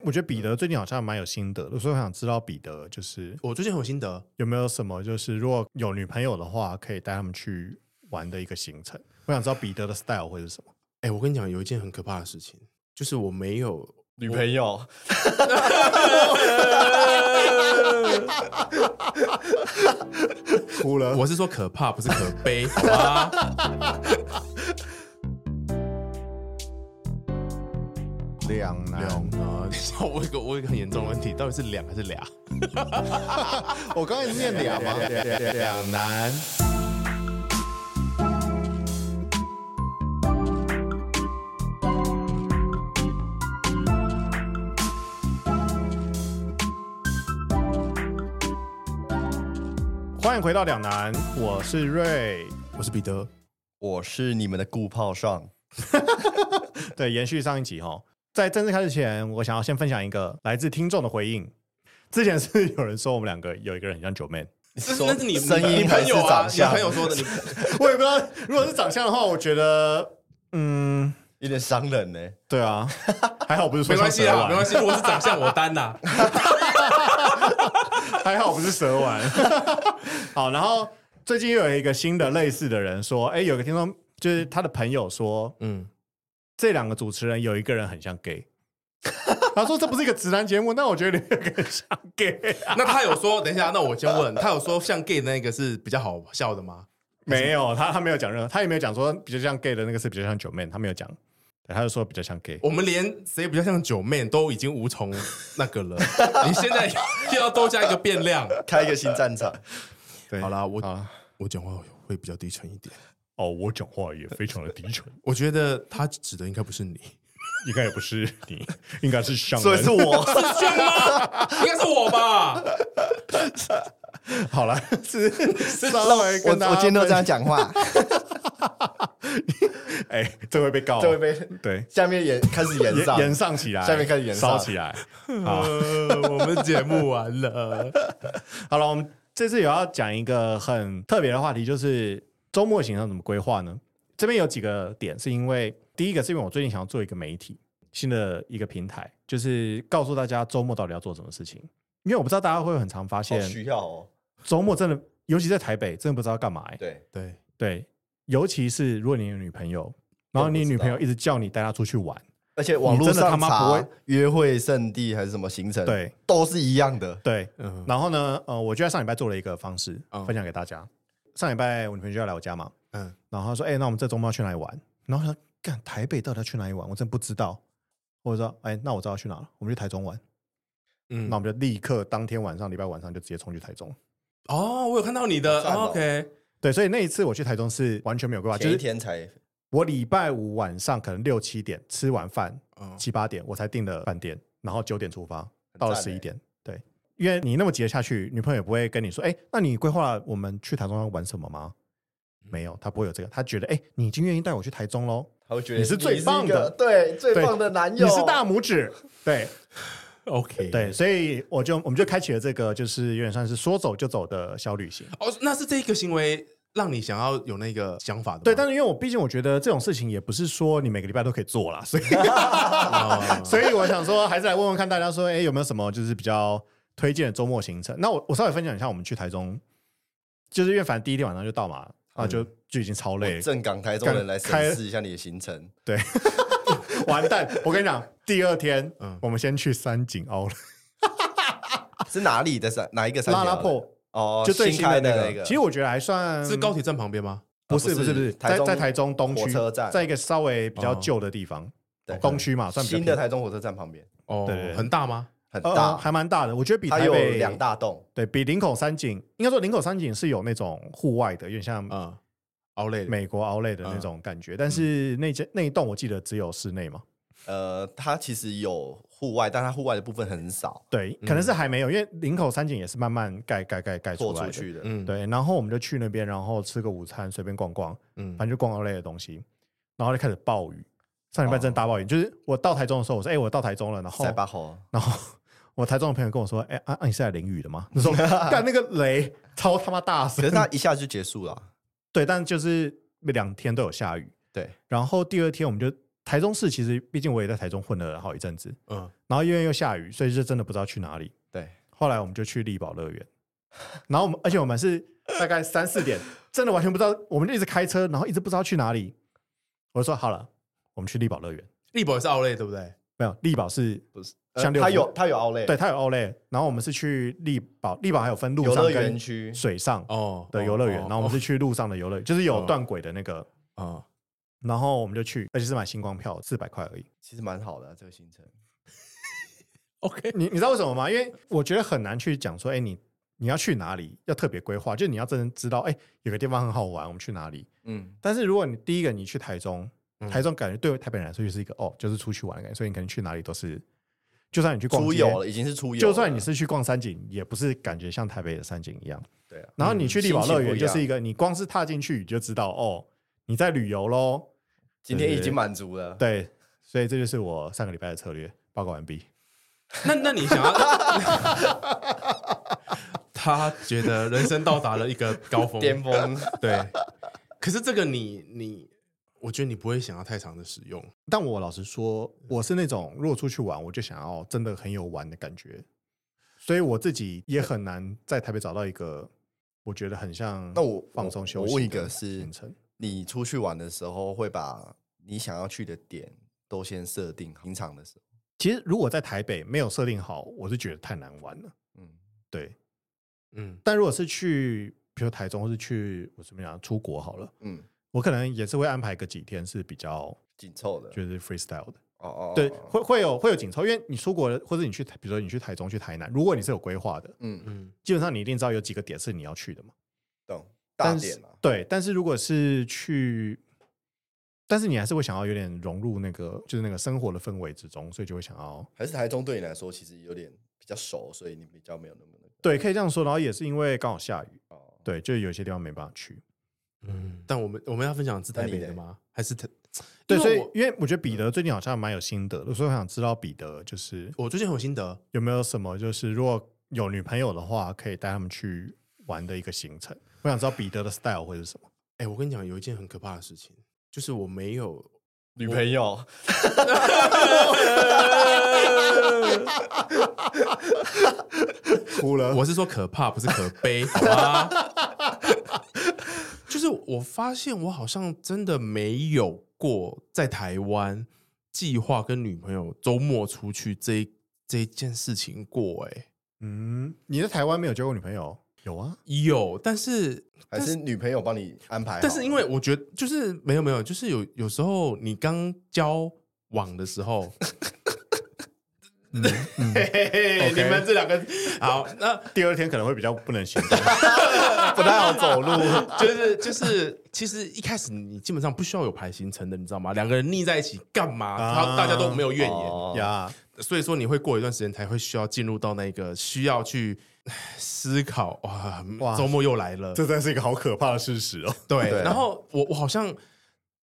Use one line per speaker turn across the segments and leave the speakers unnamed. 我觉得彼得最近好像蛮有心得的，所以我想知道彼得就是
我最近很有心得，
有没有什么，就是如果有女朋友的话，可以带他们去玩的一个行程。我想知道彼得的 style 会是什么。
哎、我跟你讲，有一件很可怕的事情，就是我没有
女 朋友，
哭了，
我是说可怕，不是可悲，好 吧？
两难。
啊，等一下我有一个我有一个很严重的问题，到底是两还是俩？
我刚才念两吗？
两难。
欢迎回到两难，我是瑞。
我是彼得，
我是你们的顾炮上。
对，延续上一集哦，在正式开始前，我想要先分享一个来自听众的回应。之前是有人说我们两个有一个人很像九妹，
你
那是
说
那是你
声
你
音还
朋
是
友啊
长相
你朋？友说的，你
我也不知道，如果是长相的话，我觉得，嗯，
有点伤人 呢。
对啊，还好不是说
没关系
像蛇
啊，
丸
没关系，我是长相我担呐。
还好不是蛇丸。 好，然后最近又有一个新的类似的人说，哎，有个听众就是他的朋友说，
嗯，
这两个主持人有一个人很像 gay。他说这不是一个直男节目，那我觉得你有个人像 gay。
那他有说，等一下，那我先问，他有说像 gay 的那个是比较好笑的吗？
没有，他他没有讲任何，他也没有讲说比较像 gay 的那个是比较像九妹，他没有讲，对他就说比较像 gay。
我们连谁比较像九妹都已经无从那个了，你现在 又要多加一个变量。
开一个新战场，
对，
好啦，我
好啦
我讲话会比较低沉一点，
哦，我讲话也非常的低沉，
我觉得他指的应该不是你，
应该也不是你，应该是上
所以
人。
是我。
应该是我 吧？
好了，是是稍微
我
跟大家
我今天都这样
分
讲话，
享，哎，这会被告哦，
就会被
对
下面演开始演
延
上
延上起来，
下面开始延上
烧起来。好，
呃，我们节目完 了，
好了，我们这次有要讲一个很特别的话题，就是周末行程怎么规划呢？这边有几个点，是因为第一个是因为我最近想要做一个媒体新的一个平台，就是告诉大家周末到底要做什么事情。因为我不知道大家会不会很常发
好
现，
需要哦。
周末真的，尤其在台北，真的不知道干嘛、欸。
对，
对，
对，尤其是如果你有女朋友，然后
都不
你
知
女朋友
道
一直叫你带她出去玩，
而且网络
你真的他
上
妈
查
不会
约会圣地还是什么行程，，
对
都是一样的。
对，
嗯
然后呢，呃，我就在上礼拜做了一个方式、
嗯
分享给大家。上礼拜我女朋友就要来我家嘛，
嗯，
然后他说：“哎、那我们这周末要去哪里玩？”然后他说：“干台北到底要去哪里玩？我真不知道。”我就说：“哎、那我知道要去哪了，我们去台中玩。
嗯
那我们就立刻当天晚上，礼拜晚上就直接冲去台中。
哦，我有看到你的、
好赞哦
o k
对，所以那一次我去台中是完全没有规划，就
前一
是
天才
我礼拜五晚上可能六七点吃完饭，
嗯，
七八点我才订了饭店，然后九点出发，到了
赞
十一
欸
点。对，因为你那么急着下去，女朋友也不会跟你说：“哎、那你规划我们去台中要玩什么吗？”
嗯
没有，她不会有这个，她觉得：“哎、你已经愿意带我去台中喽，
他会觉得
你是最
一
棒
个
的
对，最
对
棒的男
你
友，
是大拇指。”对，
OK，
对，，所以我就我们就开启了这个，就是有点算是说走就走的小旅行。
哦，那是这个行为让你想要有那个想法的吗，
嗯
对，但是因为我毕竟我觉得这种事情也不是说你每个礼拜都可以做啦， 所以
哦
所以我想说，还是来问问看大家说，哎，有没有什么就是比较推荐的周末行程？那我我稍微分享一下，我们去台中，就是因为反正第一天晚上就到嘛，啊就就已经超累
嗯我
了，
正港台中人来
开
审视一下你的行程，
对，完蛋！我跟你 讲，第二天
嗯
我们先去三井奥
是哪里的山？哪一个山？
拉拉破，
哦，
就最新
开
那
那
个，其实我觉得还算
是高铁站旁边吗？
不是
啊
不
不
是
是
不是，
台
在
中
在台中东
火
区
车站
在一个稍微比较
哦
旧的地方，
对
东区嘛，算比较
新的
偏
台中火车站旁边
哦，
对对对
很大吗？
很
呃
大，
还蛮大的，我觉得比
它
台
有
北
两，大栋，
对比林口三井，应该说林口三井是有那种户外的，有点像
嗯，奥莱的，
美国 o u 的那种感
嗯
觉，但是那间那一栋我记得只有室内嘛，
呃，它其实有户外，但它户外的部分很少，
对，可能是还没有，因为林口三井也是慢慢盖盖盖盖出
拓
来
出
的，
去的，
嗯，，
对，然后我们就去那边，然后吃个午餐，随便逛逛，
嗯
反正就逛 o u 的东西，然后就开始暴雨。上礼拜真的大暴雨，就是我到台中的时候，我说：“哎、我到台中了。”然后
哦塞巴侯，
然后我台中的朋友跟我说：“哎、啊啊，你是来淋雨的 吗？”你说：“干那个雷超他妈大
可
声
是。它一下就结束了，”
对，但就是两天都有下雨，
对，
然后第二天我们就台中市其实毕竟我也在台中混了好一阵子，
嗯，
然后因为又下雨，所以就真的不知道去哪里。
对，
后来我们就去力宝乐园，然后我们而且我们是大概三四点，真的完全不知道，我们就一直开车，然后一直不知道去哪里。我就说好了，我们去力宝乐园。
力宝也是奥类，对不对？
没有，力宝是
不是，
像
呃
六
它
福
有它有 Outlet，
对，它有 Olay，然后我们是去力宝，力宝还有分路
游
上
乐园
跟
区，
水上
哦，
的
哦
游乐园，
哦
然后我们是去路上的游乐园，就是有
哦
断轨的那个，
哦
然后我们就去，而且是买星光票，四百块而已。
其实蛮好的啊这个行程。
，OK，
你你知道为什么吗？因为我觉得很难去讲说，哎、你你要去哪里，要特别规划，就是你要真正知道，哎、有个地方很好玩，我们去哪里。
嗯，
但是如果你第一个你去台中，
嗯
台中感觉对台北人来说就是一个哦，就是出去玩的感觉，所以你可能去哪里都是，就算你去逛
出
街
游了，已经是出游了，
就算你是去逛山景，也不是感觉像台北的山景一样。
对啊，
然后你去力宝乐
心情
园
不一
就
样
是一个，你光是踏进去你就知道哦，你在旅游喽。
今天已经满足了。
对，所以这就是我上个礼拜的策略。报告完毕。
那那你 想要？他觉得人生到达了一个高峰，
巅峰，
对。可是这个你你，我觉得你不会想要太长的使用，
但我老实说，
嗯
我是那种如果出去玩，我就想要真的很有玩的感觉，所以我自己也很难在台北找到一个我觉得很像
那我
放松休息
我
的
问一个是
行程
你出去玩的时候会把你想要去的点都先设定好，平常的时候，
其实如果在台北没有设定好，我是觉得太难玩了。
嗯，
对，
嗯，
但如果是去，比如台中或是去我怎么讲出国好了，
嗯，
我可能也是会安排个几天是比较
紧凑的，
就是 freestyle 的。
哦哦，
对，
哦
会会有会有紧凑，因为你出国了，或者你去台，比如说你去台中、去台南，如果你是有规划的，
嗯，
嗯，
基本上你一定知道有几个点是你要去的嘛。
懂，大
但是
点了，
对，但是如果是去，但是你还是会想要有点融入那个就是那个生活的氛围之中，所以就会想要
还是台中对你来说其实有点比较熟，所以你比较没有那么那个，
对，可以这样说。然后也是因为刚好下雨，
哦，
对，就有些地方没办法去。
嗯，但我们我们要分享是台北的吗？还是台？
对，
因
所
为
以
我
因为我觉得
嗯
彼得最近好像蛮有心得的，所以我想知道彼得就是
我最近很有心得，
有没有什么就是如果有女朋友的话，可以带他们去玩的一个行程。我想知道彼得的 style 会是什么。
哎、我跟你讲，有一件很可怕的事情，就是我没有，
女朋友，
哭了，
我是说可怕，不是可悲，好吧？ 就是我发现我好像真的没有过在台湾计划跟女朋友周末出去这一这一件事情过、哎，
嗯，你在台湾没有交过女朋友？有啊，
有，但是
还是女朋友帮你安排好，
但是因为我觉得就是没有没有，就是有有时候你刚交往的时 候，嗯嘿嘿嘿
OK
你们这两个好，那
第二天可能会比较不能 行动。
不太好走 路，
就是就是，其实一开始你基本上不需要有排行程的，你知道吗？两个人腻在一起干嘛？
啊
他大家都没有怨言，
哦
呀，
所以说你会过一段时间才会需要进入到那个需要去唉思考哇
哇，
周末又来了，
这真是一个好可怕的事实哦。
对，
对
然后我我好像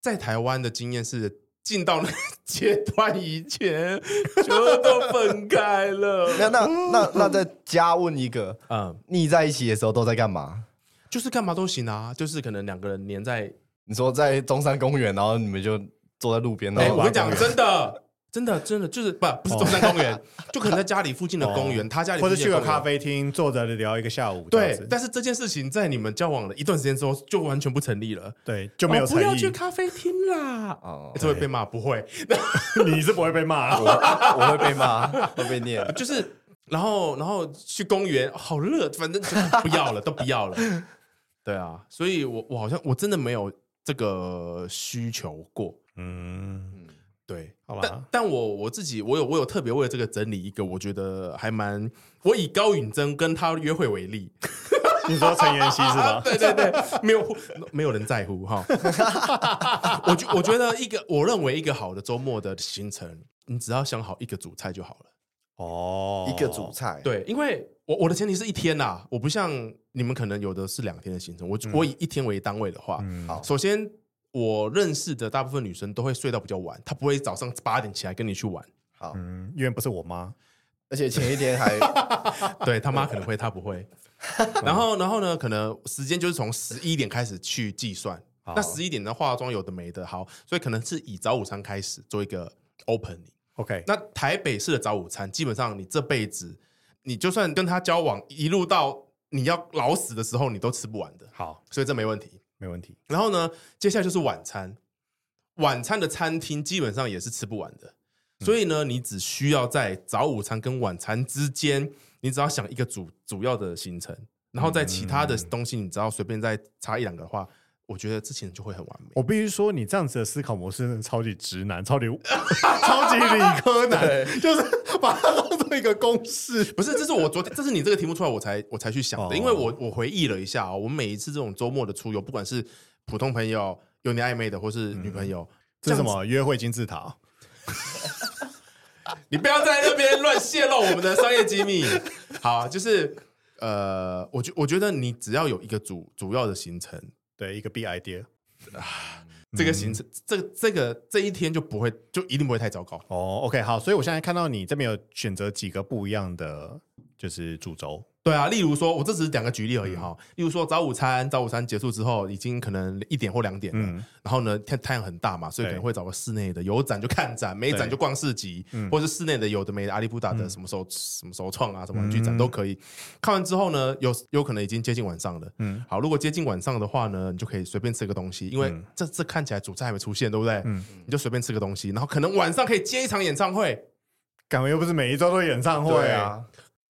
在台湾的经验是，进到那个阶段以前，就都分开了。
那那那那再加问一个，
嗯，
腻在一起的时候都在干嘛？
就是干嘛都行啊，就是可能两个人黏在。
你说在中山公园，然后你们就坐在路边，
哎、
然后
我跟你
拉
讲，
公园
真的，真的，真的，就是不不是中山公园，就可能在家里附近的公园，他家里
哦或者
附近
去
的
个
公园
咖。啡厅坐着聊一个下午，这样
对
子，
但是这件事情在你们交往了一段时间之后，就完全不成立了，
对就没有
哦
诚
不要
意
去，咖啡厅啦，哎
哦
这会被骂不会？
你是不会被骂 啊。
我我会被骂，会被念。
就是，然后然后去公园，好热，反正就不要了，都不要了。 对啊，所以我我好像我真的没有这个需求过。
嗯，
对，
好
但
吧，
但我我自己，我有我有特别为了这个整理一个，我觉得还蛮，我以高允贞跟他约会为例，
你说陈妍希是
啊，
吧？
对对对，没有没有人在乎哈。 我觉我觉得一个我认为一个好的周末的行程，你只要想好一个主菜就好了。
哦
一个主菜，，
对，因为我我的前提是一天啦、我不像你们可能有的是两天的行程，我、我以一天为单位的话，
嗯
好
首先我认识的大部分女生都会睡到比较晚，她不会早上八点起来跟你去玩，
好，
嗯，因为不是我妈，
而且前一天还
对他妈可能会，她不会。然后然后呢，可能时间就是从十一点开始去计算。
好
那十一点的化妆有的没的，好，所以可能是以早午餐开始做一个 opening。
OK，
那台北市的早午餐，基本上你这辈子，你就算跟他交往，一路到你要老死的时候，你都吃不完的，
好，
所以这没问题。
没问题。
然后呢，接下来就是晚餐，晚餐的餐厅基本上也是吃不完的，所以呢，你只需要在早午餐跟晚餐之间，你只要想一个主主要的行程，然后在其他的东西，你只要随便再插一两个的话，我觉得之前就会很完美。
我必须说，你这样子的思考模式真的超级直男，超级 超级理科男，就是把它当做一个公式。
不是，这是我昨天，这是你这个题目出来，我才我才去想
哦
的，因为我我回忆了一下啊、我们每一次这种周末的出游，不管是普通朋友、有你暧昧的，或是女朋友，
这是什
样子
么约会金字塔？
你不要在那边乱泄露我们的商业机密。好，啊就是呃，我觉我觉得你只要有一个主主要的行程，
对，一个 B idea。
这个行程，这这个这一天就不会，就一定不会太糟糕。
哦，OK，好，所以我现在看到你这边有选择几个不一样的，就是主轴。
对啊，例如说，我这只是两个举例而已哈。例如说，早午餐，早午餐结束之后，已经可能一点或两点了。然后呢，太太阳很大嘛，所以
对
可能会找个室内的，有展就看展，没展就逛市集，或是室内的有的没的，阿里布达的什么时候什么时候创啊，什么玩具展都可以。看完之后呢，有有可能已经接近晚上了。嗯，好，如果接近晚上的话呢，你就可以随便吃个东西，因为这这看起来主菜还没出现，对不对？嗯，你就随便吃个东西，然后可能晚上可以接一场演唱会。
感觉又不是每一周都演唱会。
对，啊，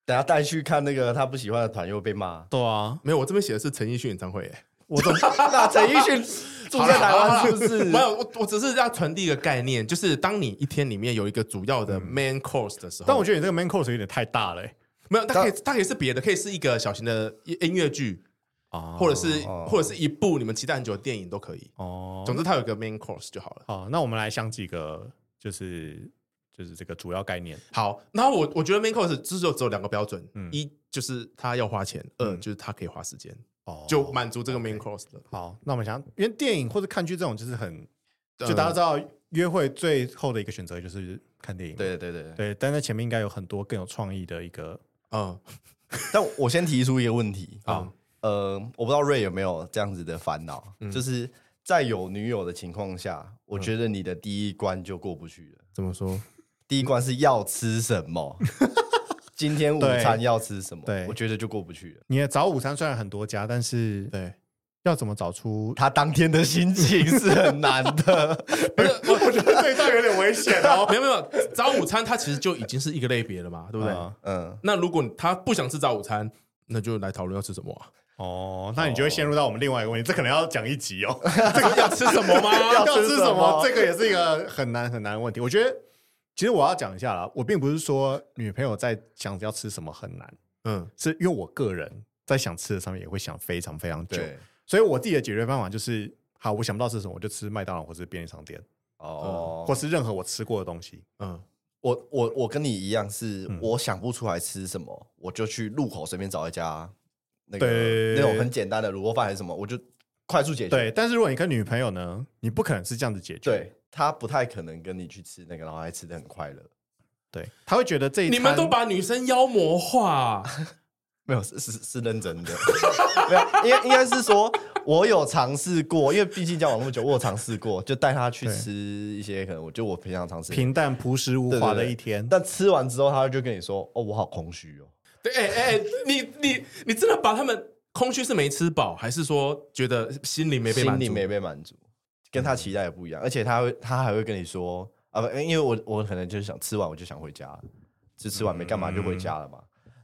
等下带去看那个他不喜欢的团，又被骂
对啊，
没有，我这边写的是陈奕迅演唱会、欸。
我怎么
那陈奕迅住在台湾是不是
没？有，我我只是要传递一个概念，就是当你一天里面有一个主要的 main course 的时候，
嗯但我觉得你这个 main course 有点太大了、欸，
没有，它可以它可以是别的，可以是一个小型的音音乐剧，
啊
或者是
哦
或者是一部你们期待很久的电影都可以。
哦，
总之，它有一个 main course 就好了。
好，那我们来想几个，就是就是这个主要概念，
好，然后我我觉得 main course 只有只有两个标准，
嗯
一就是他要花钱，二就是他可以花时间，
哦
就满足这个 main course 了。
好。那我们想，因为电影或者看剧这种，就是很，
呃
就大家知道，约会最后的一个选择就是看电影，
对对对，
对，但在前面应该有很多更有创意的一个，
嗯，
但我先提出一个问题
好，
呃，我不知道瑞有没有这样子的烦恼，就是在有女友的情况下，我觉得你的第一关就过不去了。
怎么说？
第一关是要吃什么，今天午餐
对
要吃什么，
对
我觉得就过不去了。
你的早午餐虽然很多家，但是
对，
要怎么找出？
他当天的心情是很难的，
不是我
我觉得这一段有点危险哦。
没有没有，早午餐它其实就已经是一个类别了嘛， 对不对？
嗯
嗯，
那如果他不想吃早午餐，那就来讨论要吃什么、 啊，
哦，那你就会陷入到我们另外一个问题，这可能要讲一集哦。
要吃什么吗
要？
吃
吃
什
什么
么？
这个也是一个很难很难的问题。我觉得，其实我要讲一下啦，我并不是说女朋友在想要吃什么很难，
嗯，
是因为我个人在想吃的上面也会想非常非常久，
对，
所以我自己的解决办法就是，好，我想不到吃什么，我就吃麦当劳或是便利商店，
哦，
或是任何我吃过的东西。
嗯，
我我我跟你一样是，
嗯
我想不出来吃什么，我就去路口随便找一家那个
对
那种很简单的卤肉饭还是什么，我就快速解决。
对，但是如果你跟女朋友呢，你不可能是这样子解决，
对，他不太可能跟你去吃那个，然后还吃的很快乐。
对，她会觉得这一
你们
餐
都把女生妖魔化，
没有，是是是认真的， 没有，应该应该是说，我有尝试过，因为毕竟交往那么久，我有尝试过，就带他去
对
吃一些可能我就我平常常吃的，
平淡朴实无
对对
华的
对
一天。
但吃完之后，他就跟你说：“哦，我好空虚哦。
对，哎、哎、哎你你你真的把他们空虚是没吃饱，还是说觉得心灵”没被满
心
足？嗯
里没被满足，跟他期待也不一样，而且他会他还会跟你说：“啊，不，因为我我可能就是想吃完我就想回家，就吃
嗯
完没干嘛就回家了嘛。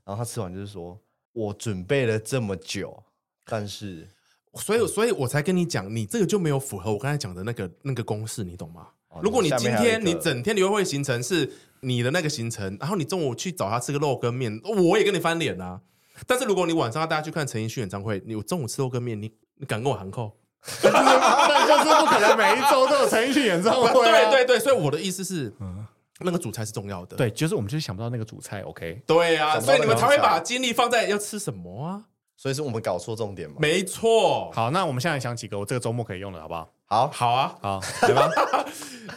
然后他吃完就是说：“我准备了这么久，但是
所以所以我才跟你讲，你这个就没有符合我刚才讲的那个那个公式，你懂吗？
哦
如果你
下
今
面还有
天
一个
你整天的约会行程是你的那个行程，然后你中午去找他吃个肉羹面，我也跟你翻脸啊。但是如果你晚上要大家去看陈奕迅演唱会，你中午吃肉羹面，你你敢跟我喊扣？
但就是不可能每一周都有陈奕迅 演唱会、啊，
对对对，所以我的意思是，
嗯
那个主菜是重要的。
对，就是我们就是想不到那个主菜，OK？
对啊，
想不
所
到
以你们才会
那个主菜
把精力放在要吃什么啊？
所以是我们搞错重点嘛。
没错，
好，那我们现在想几个我这个周末可以用的，好不好？”
好，
好啊，
好，
对吧？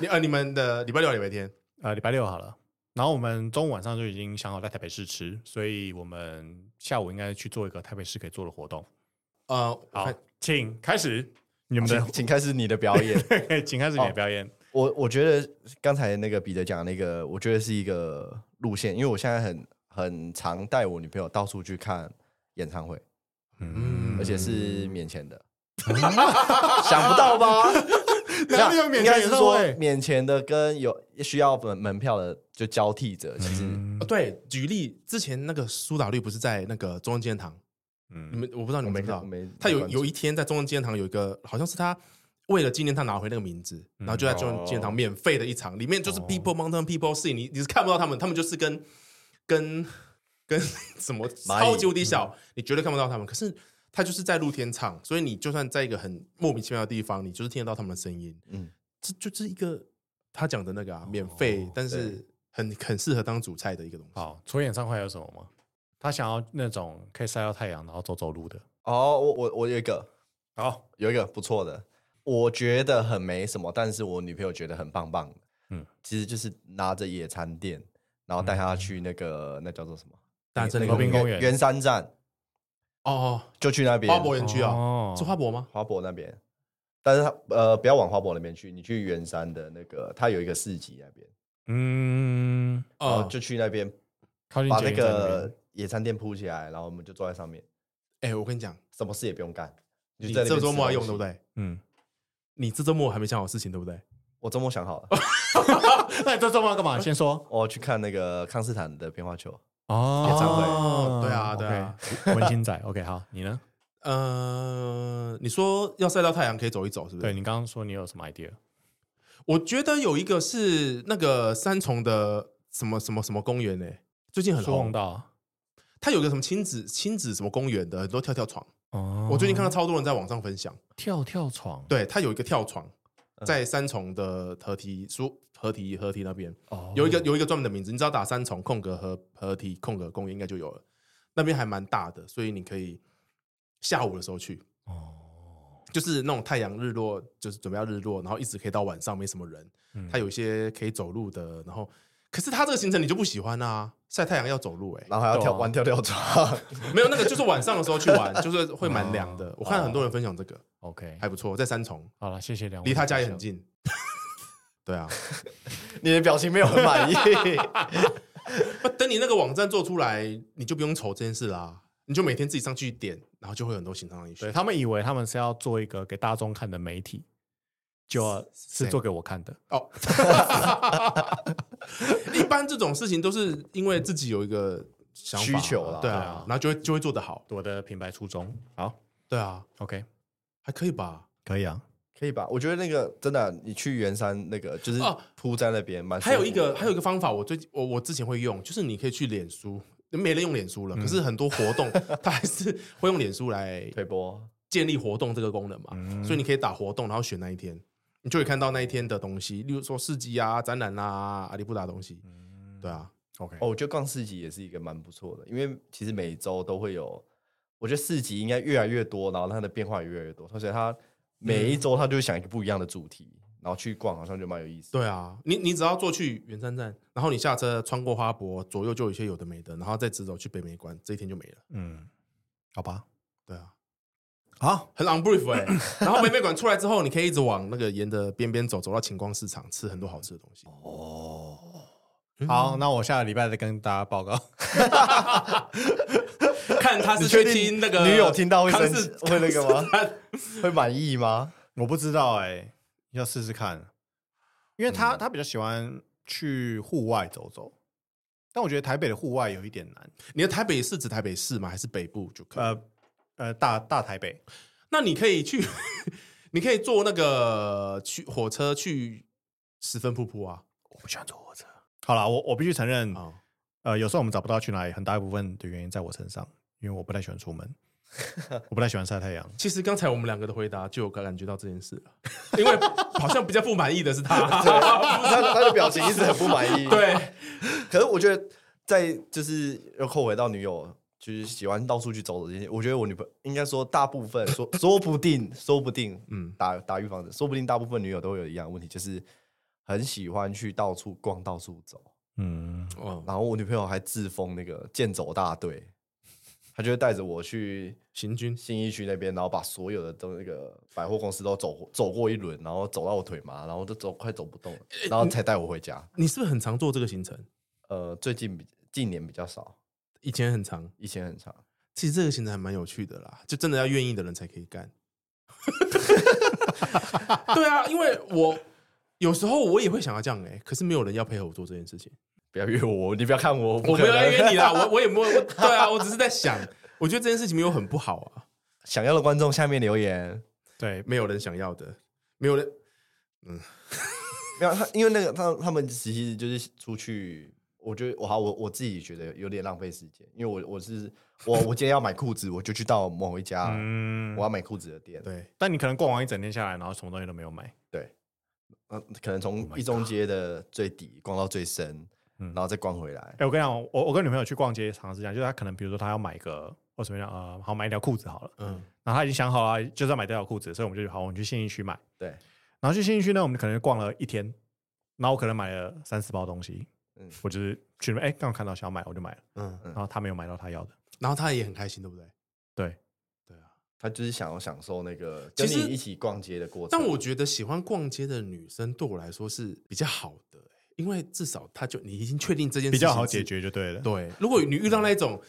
你呃，你们的礼拜六、礼拜天，
呃，礼拜六好了。然后我们中午晚上就已经想好在台北市吃，所以我们下午应该去做一个台北市可以做的活动。
呃，我
好
看，
请开始。你们
请
的
请开始你的表演。
请开始你的表演。
我我觉得刚才那个彼得讲的那个，我觉得是一个路线，因为我现在很很常带我女朋友到处去看演唱会，
嗯，
而且是免钱的。想不到吧？
哪里有免
应该
钱
是
演唱
说
会？
免钱的跟有需要门门票的就交替着，其实
哦对，举例之前那个苏打绿不是在那个中央纪念堂？你
嗯，
们我不知道你们
我没
知不知道
看没，
他
没
有
关注
有一天在中央纪念堂有一个，好像是他为了纪念他拿回那个名字，
嗯
然后就在中
哦
央纪念堂免费的一场，里面就是 People Mountain People Sea，你你是看不到他们，他们就是跟跟跟 什么
蚂蚁嗯
超级无敌小，你绝对看不到他们。可是他就是在露天唱，所以你就算在一个很莫名其妙的地方，你就是听得到他们的声音。嗯
嗯，
这就是一个他讲的那个啊，免
哦
费，但是很很适合当主菜的一个东西。
好，除了演唱会还有什么吗？他想要那种可以晒到太阳，然后走走路的。
哦，我我我有一个
好，
有一个不错的，我觉得很没什么，但是我女朋友觉得很棒棒的。
嗯
嗯，其实就是拿着野餐垫，然后带她去那个、那叫做什么？
大正
那
河
个
滨公园
圆山站，
哦，
就去那边
花博园区啊，
哦
是花博吗？
花博那边。但是她呃，不要往花博那边去，你去圆山的那个，它有一个市集那边，
嗯，
然
哦
后，就去那边
靠近
把
捷
那
运站那
个
边
野餐垫铺起来，然后我们就坐在上面，
哎、我跟你讲，
什么事也不用干。你
你
就在那
这
边
周末要用
吃
对
东
不
西？
对？
嗯，
你这周末还没想好事情对不对？
我周末 想好了，
那你哎这周末要干嘛？先说
我去看那个康斯坦的乒乓球。
哦
演唱
会对啊对啊
，OK，文青仔，OK，好，你呢？
呃，你说要晒到太阳可以走一走，是不
对
是？
你刚刚说你有什么 idea？
我觉得有一个是那个三重的什么什么什么公园呢、欸最近很
说
红
梦，到
它有一个什么亲子亲子什么公园的，很多跳跳床。
哦
我最近看到超多人在网上分享，
跳跳床，
对，它有一个跳床
嗯
在三重的河堤书河堤河堤那边，
哦
有一个有一个专门的名字，你只要打三重空格和合体空格公园应该就有了。那边还蛮大的，所以你可以下午的时候去，
哦，
就是那种太阳日落，就是准备要日落，然后一直可以到晚上没什么人。
嗯
它有一些可以走路的，然后可是它这个行程你就不喜欢啊，晒太阳要走路哎、
然后还要跳
对啊
玩跳跳床，
没有那个就是晚上的时候去 玩，就是会蛮凉的。我看很多人分享这个
OK，
还不错，在三重，
好了，谢谢两位，
离他家也很
哦
近。 对啊，
你的表情没有很满意。
不啊等你那个网站做出来，你就不用愁这件事啦，你就每天自己上去点，然后就会有很多行程让你
对
选。
他们以为他们是要做一个给大众看的媒体，就是做给我看的。
哦， 一般这种事情都是因为自己有一个想法
需求啦
对
对
啊
啊，
然后就会就会做得好，
我的品牌初衷，好
对啊，
，OK，
还可以吧。
可以啊。
可以吧？我觉得那个真的，啊你去圆山那个就是
哦
铺在那边，蛮舒服
还有一个还有一个方法，我最近我我之前会用，就是你可以去脸书，没人用脸书了，可是很多活动它还是会用脸书来
推波，
建立活动这个功能嘛，
嗯
所以你可以打活动，然后选那一天，你就会看到那一天的东西，例如说市集啊、展览啊、阿里布达的东西，
嗯
对啊，
OK，
哦，我觉得逛市集也是一个蛮不错的，因为其实每周都会有，我觉得市集应该越来越多，然后它的变化也越来越多，而且它每
嗯
一周它就会想一个不一样的主题，然后去逛好像就蛮有意思的。
对啊，你你只要坐去圆山站，然后你下车穿过花博，左右就有一些有的没的，然后再直走去北美馆，这一天就没了，
嗯，好吧，
对啊。
好，
很 on brief 哎、然后北美馆出来之后，你可以一直往那个沿着边边走，走到晴光市场，吃很多好吃的东西。
哦
好，那我下个礼拜再跟大家报告。
看他
你
是
确
去
定
听那个
女友听到会
康
生
斯
气会那个吗？会满意吗？
我不知道哎、要试试看，因为他、他比较喜欢去户外走走，但我觉得台北的户外有一点难。
你的台北是指台北市吗？还是北部就可以？
呃呃，大大台北，
那你可以去， 你可以坐那个去火车去十分瀑布啊。
我不喜欢坐火车。好了，我我必须承认，
哦
呃，有时候我们找不到去哪里，很大一部分的原因在我身上，因为我不太喜欢出 门，我不太喜欢晒太阳。
其实刚才我们两个的回答就有感觉到这件事了，因为好像比较不满意的是
对，
他。
他他的表情一直很不满 意。，
对，
可是我觉得在就是又扣回到女友，就是喜欢到处去走走这些，我觉得我女朋友应该说大部分说说不定说不定，嗯，打打预防针，说不定大部分女友都会有一样的问题，就是很喜欢去到处逛、到处走。
嗯，
哦，
然后我女朋友还自封那个健走大队，他就会带着我去
行军
信义区那边，然后把所有的都那个百货公司都走走过一轮，然后走到我腿麻，然后都走快走不动了，
呃
然后才带我回家。
你是不是很常做这个行程？
呃，最近比近年比较少，
以前很常，
以前很长。
其实这个行程还蛮有趣的啦，就真的要愿意的人才可以干。 对啊，因为我有时候我也会想要这样哎、可是没有人要配合我做这件事情。
不要约我，你不要看我，
我
我
没有要约你啦， 我我也没有，我对啊，我只是在想，我觉得这件事情没有很不好啊，
想要的观众下面留言，
对，
没有人想要的，没有人
没有他，因为那个他他们其实就是出去，我觉得我好我我自己觉得有点浪费时间，因为我我是我我今天要买裤子，我就去到某一家、
嗯
我，要买裤子的店，
对。
但你可能逛完一整天下来，然后什么东西都没有买，
呃，可能从一中街的最底逛到最深，
Oh 嗯
然后再逛回来
哎、。我跟你讲，我我跟女朋友去逛街，常常是这样，就是她可能比如说她要买个，我随便讲，呃，好买一条裤子好了，
嗯，
然后她已经想好了，就是要买这条裤子，所以我们就好，我们去信义区买，
对，
然后去信义区呢，我们可能逛了一天，然后我可能买了三四包东西，
嗯
我就是去那边，哎、刚好看到想要买，我就买了，
嗯，
然后她没有买到她要的，
然后他也很开心，对不对？
对，
对啊。
他就是想要享受那个
其
跟
实
你一起逛街的过程。
但我觉得喜欢逛街的女生对我来说是比较好的、因为至少她就你已经确定这件
比
事情
较好
是
解。决就对了，
对，如果你遇到那种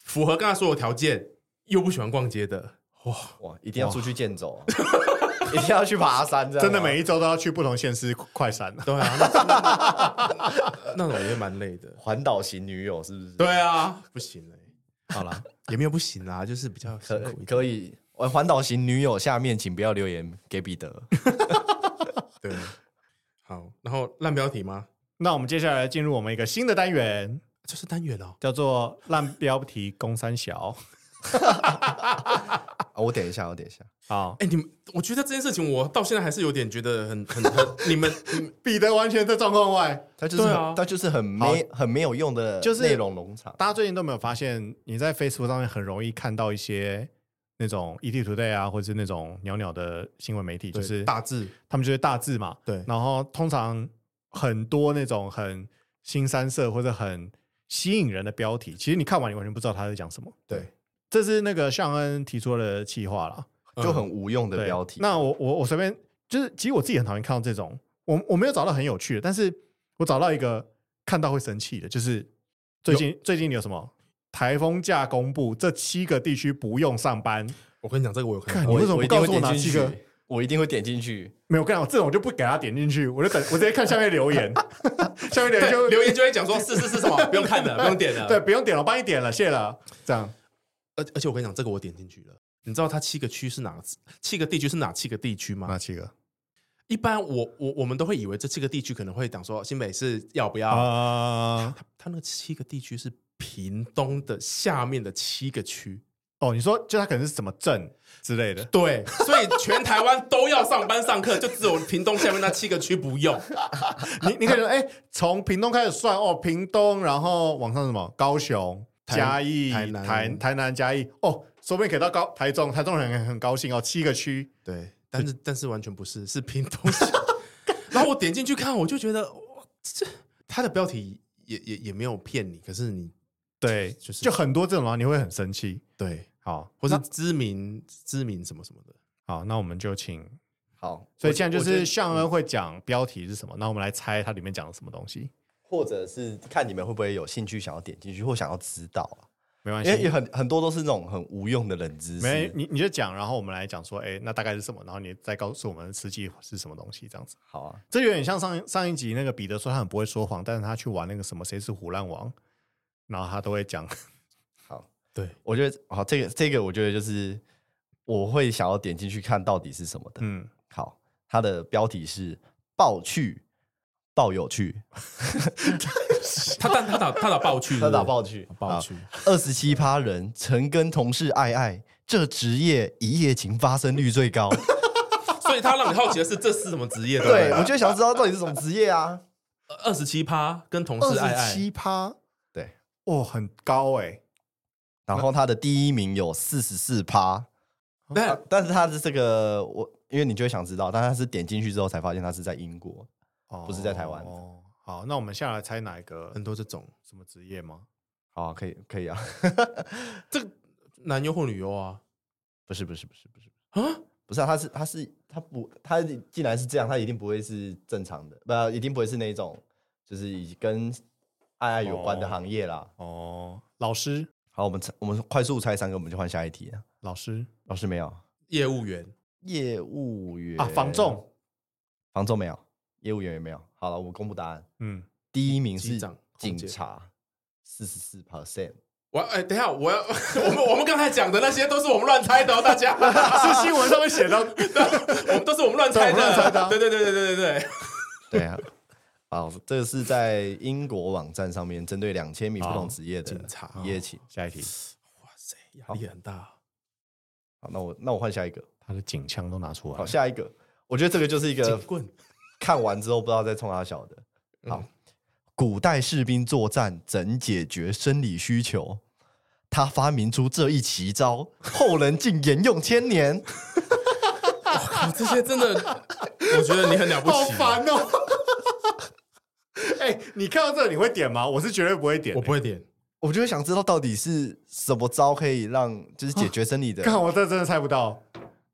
符合刚才所有条件又不喜欢逛街 的，哇，
哇，一定要出去健走啊， 一定要去爬山，这样
真的
啊
每一周都要去不同县市快闪了。
对啊，那那种也蛮累的。
环岛型女友是不是？
对，啊，不行嘞、
好了，
也没有不行啦，就是比较辛
可
苦一点。
可以。呃环岛型女友下面请不要留言给彼得。
对，好，然后烂标题吗？
那我们接下来进入我们一个新的单元，
就是单元哦。
叫做“烂标题攻三小
啊，我等一下，我等一下。”。
好，
哎、你们，我觉得这件事情我到现在还是有点觉得很很很， 你们你们
彼得完全在状况外。
他就是
对
很、
啊
他就是很没很没有用的，
就是
内容农场。
大家最近都没有发现，你在 Facebook 上面很容易看到一些那种 ET Today 啊，或者是那种袅袅的新闻媒体，就
对
是
大致
他们就是大字嘛。
对
然后通常很多那种很新三色或者很吸引人的标题，其实你看完你完全不知道他在讲什么。
对，
这是那个尚恩提出的企划啦。
嗯
就很无用的
嗯对
标题。
那我我我随便就是，其实我自己很讨厌看到这种，我我没有找到很有趣的，但是我找到一个看到会生气的，就是最近最近有什么台风假公布，这七个地区不用上班，
我跟你讲，这个我有看
看
到。
你为什么
我
不
一定
告
会
诉我
点
哪
进
七个
去？我一定会点进去。
没有干我这种我就不给他点进去，我就等我直接看下面留言，下面留言就
对，留言就会讲说是是是什么，不用看了，不用点了。
对，，不用点了，我帮你点了，谢了，这样
而而且我跟你讲，这个我点进去了。你知道它七个区是哪七个地区是哪七个地区吗？
哪七个
一般我我我们都会以为这七个地区可能会讲说新北市要不要？
啊？
它它那七个地区是屏东的下面的七个区。
哦，你说就他可能是什么镇之类的，
对，所以全台湾都要上班上课，就只有屏东下面那七个区不用。
你你可以说，哎、从屏东开始算哦，屏东，然后往上什么高雄、
台
嘉义、
台南
台台南、嘉义，哦，说不定可以到高台中，台中人很很高兴哦，七个区，
对，但是但是完全不是，是屏东下。然后我点进去看，我就觉得哇这它的标题也也也没有骗你，可是你
对，
就是
就很多这种啊，你会很生气。
对，
好，
或
那
是知名知名什么什么的。
好，那我们就请，
好，
所以现在就
我觉
是
得
向恩会讲标题是什么，那我们来猜它里面讲了什么东西，
或者是看你们会不会有兴趣想要点进去，或想要知道啊，
没关
因为也
系。
很很多都是那种很无用的冷知
没
识，。
你你就讲，然后我们来讲说，哎，那大概是什么？然后你再告诉我们实际是什么东西，这样子。
好啊，
这有点像上上一集那个彼得说他很不会说谎，但是他去玩那个什么谁是虎烂王，然后他都会讲。
好，
对，
我觉得好，这个这个我觉得就是我会想要点进去看到底是什么的。
嗯，
好，它的标题是“爆趣”。爆有趣，
他但他打他打爆去，
他打爆趣，
爆去，
二十七趴人曾跟同事爱爱，这职业一夜情发生率最高。
所以他让你好奇的是这是什么职业？对不啊
对，
对，
我就想知道到底是什么职业啊？
二十七趴跟同
二
事爱
十
爱，
七趴，
对，
哦，很高哎、
然后他的第一名有四十四趴，
但
但是他的这个我，因为你就会想知道，但他是点进去之后才发现他是在英国。
哦
不是在台湾
哦，好，那我们下来猜哪一个
很多这种，
什么职业吗？
好啊、可以可以啊，
这个男优或女优啊？
不是不是不是不是
啊，
不是啊，他是他是他不他既然是这样，他一定不会是正常的，不一定不会是那种就是以跟爱爱有关的
哦
行业啦。
哦，老师，
好，我们猜我们快速猜三个，我们就换下一题啊。
老师
老师没有，
业务员
业务员
啊，房仲，
房仲没有，业务员也没有。好了，我公布答案，
嗯，
第一名是
机长空
警
姐
察，四十四 percent。
我要哎、等一下，我要 我们我们刚才讲的那些都是我们乱猜的、哦，大家
啊
是新闻上面写的，我们都是我们乱
对
猜
我们乱猜的
的，
啊
对对对对对对对，
对啊， 好，这个是在英国网站上面针对两千名不
好
同职业的
警察
一夜情。
下一题，
哇塞，压力很大，
好，那我那我换下一个。
他的警枪都拿出来
好，
了，
下一个，我觉得这个就是一
警
个
棍，
看完之后不知道在冲哪小的。好，古代士兵作战怎解决生理需求？他发明出这一奇招，后人竟沿用千年。
啊这些真 的，我觉得你很了不
好
起，
烦哦。 哎，你看到这你会点吗？我是绝对不会点，
我不会点，
我就会想知道到底是什么招可以让就是解决生理 的。
看我这真的猜不到。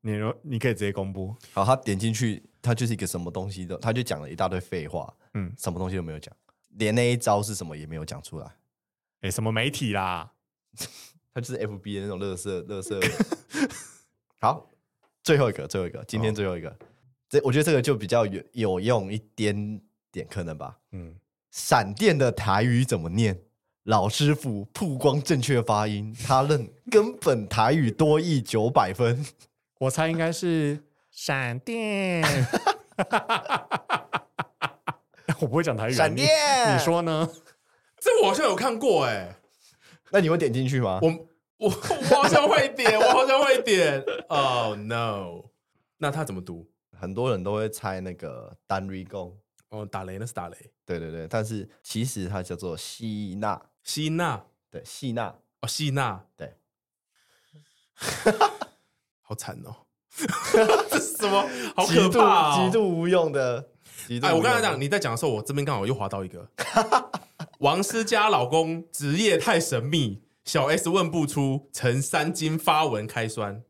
你如你可以直接公布，
好，他点进去，他就是一个什么东西的，他就讲了一大堆废话，
嗯
嗯，什么东西都没有讲，连那一招是什么也没有讲出来。
哎，什么媒体啦？
他就是 FB 的那种乐色乐色。好，最后一个，最后一个，今天最后一个，这我觉得这个就比较有有用一点点，可能吧。
嗯，
闪电的台语怎么念？老师傅曝光正确发音，他认根本台语多译九百分。
我猜应该是闪电。 我不会讲台语啊，
闪
你
电
你说呢？
这我好像有看过哎、
那你会点进去吗？
我我我好像会点，我好像会点。Oh no！那他怎么读？
很多人都会猜那个单瑞贡，
哦，打雷那是打雷，
对对对，但是其实它叫做希纳，
希娜
对，希纳，
哦，希娜
对，
好惨 哦！这是什么？好可怕、哦！
极度极！度无用的。极度
哎，我
无用
刚才
的
讲你在讲的时候，我这边刚好又滑到一个 王思佳老公职业太神秘，小 S 问不出，陈三金发文开酸，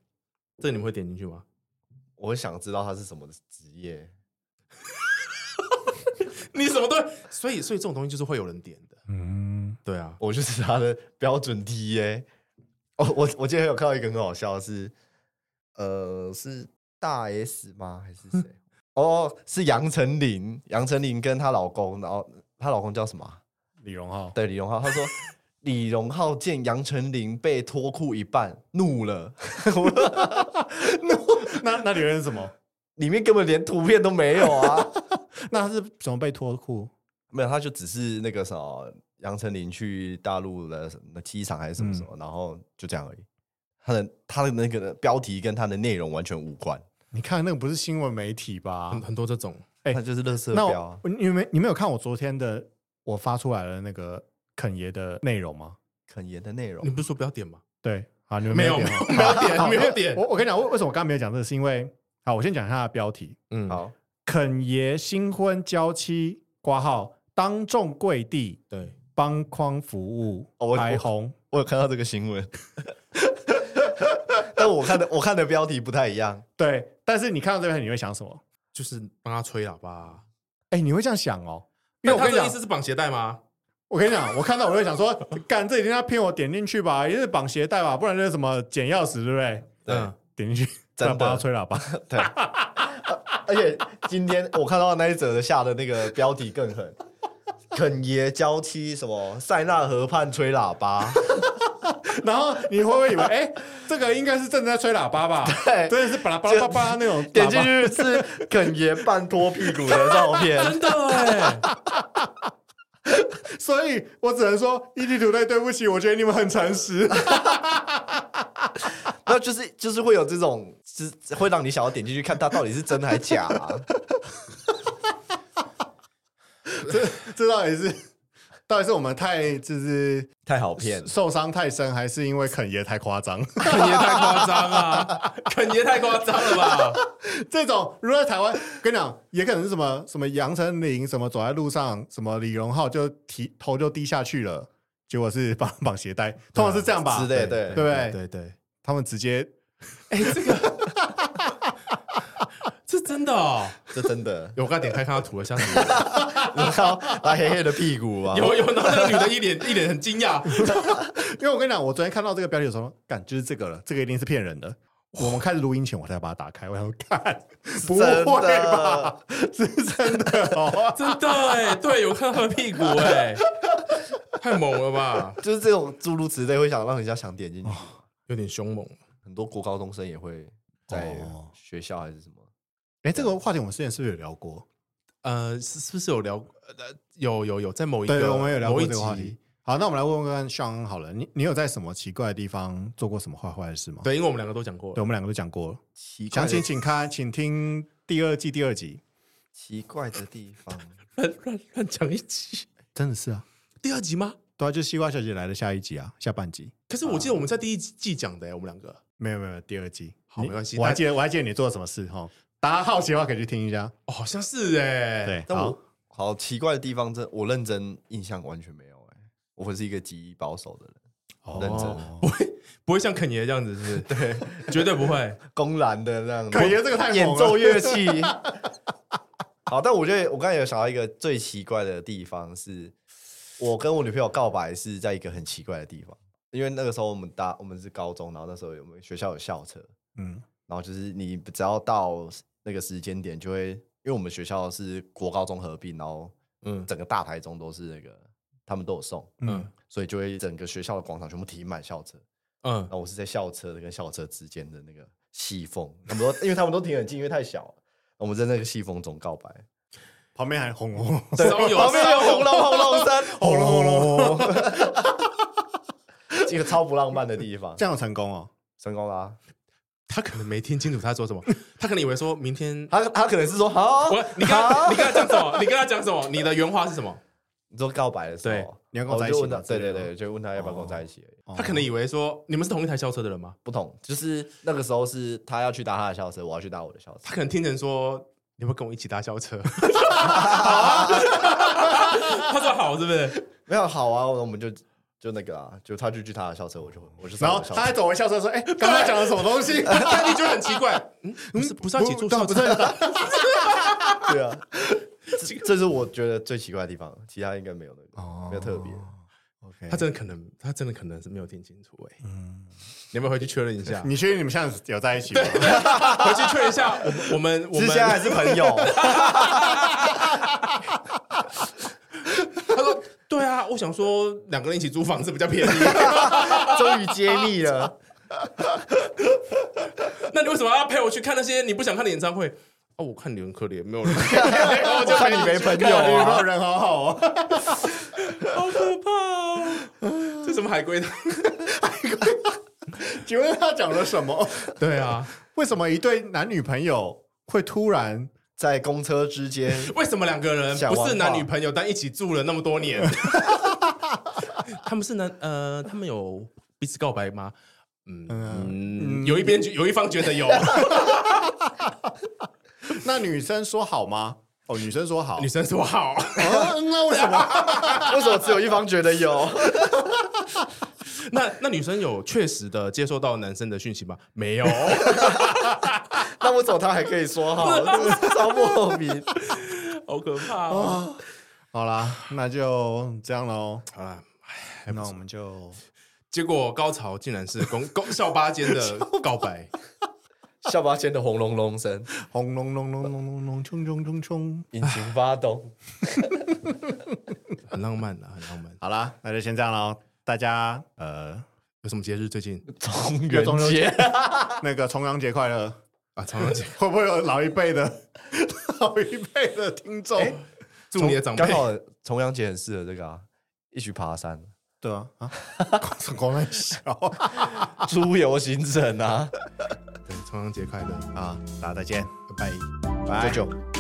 这个你们会点进去吗？
我想知道他是什么职业。
你什么都，所以所以这种东西就是会有人点的，
嗯，
对啊。
我就是他的标准题耶。哦，我我今天有看到一个很好笑的是，呃，是大 S 吗？还是谁？ 哦，是杨丞琳，杨丞琳跟她老公，然后她老公叫什么啊？
李荣浩，
对，李荣浩。她说 李荣浩见杨丞琳被脱裤一半，怒了，
那那留言是什么？
里面根本连图片都没有啊。
那他是怎么被脱裤？
没有，他就只是那个什么杨丞琳去大陆的什么机场还是什么什么，然后就这样而已。他的他的那个标题跟他的内容完全无关，
你看那个不是新闻媒体吧
很？很多这种，
哎
他就是乐色
那
标、啊
我。你没你没有看我昨天的我发出来的那个肯爷的内容吗？
肯言的内容
你。不是说不要点吗？
对，好，你们
没有
点
没有
吗
没有点
好
没有
因为
点
我我跟你讲，为为什么我刚刚没有讲这个，是因为好，我先讲一下它的标题：
嗯，
好，
肯爷新婚娇妻挂号当众跪地
对，
帮框服务
哦我
排
我
红。
我有看到这个新闻， 但我看的我看的标题不太一样。
对，但是你看到这边你会想什么？
就是帮他吹喇叭。
哎，你会这样想哦，因
那
为我
他
跟你
的意
讲，
思是绑鞋带吗？
我跟你讲，我看到我就想说， 干这一定要骗我点进去吧，一定是绑鞋带吧，不然就是什么捡钥匙，对不对？
对
嗯，
点进去，
真的
不要吹喇叭。
对，而且今天我看到那一则的下的那个标题更狠，肯爷娇妻什么塞纳河畔吹喇叭。
然后你会不会以为，哎、这个应该是正在吹喇叭 吧？
对
真的是巴拉巴拉巴拉那种
点进
喇叭。
去是肯爷半脱屁股的照片，
真的哎，
所以我只能说，异地图队对不起，我觉得你们很诚实。
那就是就是会有这种，就是会让你想要点进去看它到底是真的还假、啊。
这到底是到底是我们太就是
太好骗
受伤太深，还是因为肯爷太夸张？
肯爷太夸张啊，肯爷太夸张了吧？
这种如果在台湾，跟你讲，也可能是什么什么杨丞琳，什么走在路上，什么李荣浩就提头就低下去了，结果是帮绑鞋带，通常是这样吧？
嗯之类对
对不对
对对，
他们直接
这真的哦。，
这真的
有我刚才点开看到吐了，吓死我了！
你知道他黑黑的屁股啊，
有有，然后那个女的一脸一脸很惊讶，
因为我跟你讲，我昨天看到这个标题的时候，干就是这个了，这个一定是骗人的。我们开始录音前，我才把它打开，我想说， 干，不会吧？ 是真的 哦，
真的哎，对，有看到她的屁股哎，太猛了吧，
就是这种诸如此类会想让人家想点进去。
有点凶猛。
很多国高中生也会在
哦
学校还是什么，
哎，这个话题我们之前是不是有聊过？
呃，是是不是有聊？呃，有有有，在某一
对，
个
我们有聊
某
过
一
这个话
集
题，。好，那我们来问问看尚恩好了，你你有在什么奇怪的地方做过什么坏坏的事吗？，
对，因为我们两个都讲过
对，我们两个都讲过了。
奇怪
详
的
情请看，请听第二季第二集。
奇怪的地方。
乱乱乱讲一集，
真的是啊，
第二集吗？
对啊，就是西瓜小姐来的下一集啊，下半集。
可是我记得我们在第一季讲的哎，我们两个
没有没有，第二季。
好
你
没关系
我还
大
记得我还记得你做了什么事哈。大家好奇的话可以去听一下。
哦，好像是哎，
对，
但
好
我，好奇怪的地方，真我认真印象完全没有哎、我是一个极保守的人，认真
哦
不会像肯爷这样 子，是不是？对，绝对不会。
公然的那样子。
可爷这个太猛了
演奏乐器。 好，但我觉得我刚才有想到一个最奇怪的地方是，我跟我女朋友告白是在一个很奇怪的地方，因为那个时候我们大我们是高中，然后那时候我们学校有校车，
嗯
然后就是你只要到那个时间点，就会因为我们学校是国高中合并，然后
嗯
整个大台中都是那个他们都有送，
嗯
嗯
所以就会整个学校的广场全部停满校车。
嗯
哦然，后我是在校车跟校车之间的那个细缝，他们都因为他们都停很近，因为太小了。我们在那个细缝中告白，
旁边还红红，
对烧友
旁边有
烧
轰隆轰隆声，
轰隆轰
隆轰隆，一个超不浪漫的地方，
这样有成功哦。
成功啦、啊！
他可能没听清楚他 说什么，他可能以为说明天
他他可能是说好，
我你跟他你跟他讲什么？你跟他讲什么？你的原话是什么？
你说告白的时
对
候，啊哦
你要跟我在一
就
起
问
吗
他，对
之类
对
的吗
对，就问他要不要跟我在一起而已。
哦
他可能以为说你们是同一台校车的人吗？
不同，就是那个时候是他要去搭他的校车，我要去搭我的校车
他。可能听成说你会跟我一起搭校车，啊他说好是不是？
没有好啊，我们就就那个啊，就他就去搭他的校车，我就我就
然
上我
后
的校
他还
车。
走回校车说：“哎，刚刚讲了什么东 西？
但你觉得很奇怪，嗯，不是不是要一起坐校
不
车
是？
对啊，这这是我觉得最奇怪的地方，其他应该没有那个，
哦
没有特别。
OK，
他真的可能，他真的可能是没有听清楚哎、
嗯
你有没有回去确认一下？
你确定你们现在有在一起吗？
回去确认一 下，我们我们我
之前还
们，
是朋友，
他说对啊，我想说两个人一起租房子比较便宜，
终于揭秘了。
那你为什么要陪我去看那些你不想看的演唱会？哦，我看你很可怜，没有 人，我就
看
陪
你
你
没
去
朋
看
友
女朋
啊
友，人好好哦，
好可怕哦！这什么海龟汤？
请问他讲了什么？
对啊，
为什么一对男女朋友会突然
在公车之 间，
为什么两个人
想
不
玩
是男女朋友，但一起住了那么多 年？他们是男呃，他们有彼此告白吗？嗯嗯，有一边觉有一方觉得有，
那女生说好吗？哦，女生说好。
女生说好，
啊
哦
那为什么？
为什么只有一方觉得有？
那那女生有确实的接受到男生的讯息吗？没有，
那为什么他还可以说好？ 这是超莫名。
好可怕哦！
好啦，那就这样喽。
好啦，
那我们就
啊结果高潮竟然是 公公校巴间的告白，
下巴尖的轰隆隆声，
轰隆隆隆隆隆隆，冲冲冲冲。
引擎发 动，
很浪漫啊，很浪漫。
好啦，那就先这样喽。大家呃，
有什么节日最近
中
月
元
中秋
节。
节那个重阳节快乐！
啊？重阳节，
会不会有老一辈的老一辈的听众？
祝你的长辈
刚好重阳节很适合这个啊，一起爬 山，
对啊，啊，光在笑
出游行程啊，
对重阳节快乐，
啊！大家再见，
拜拜。
拜
九九。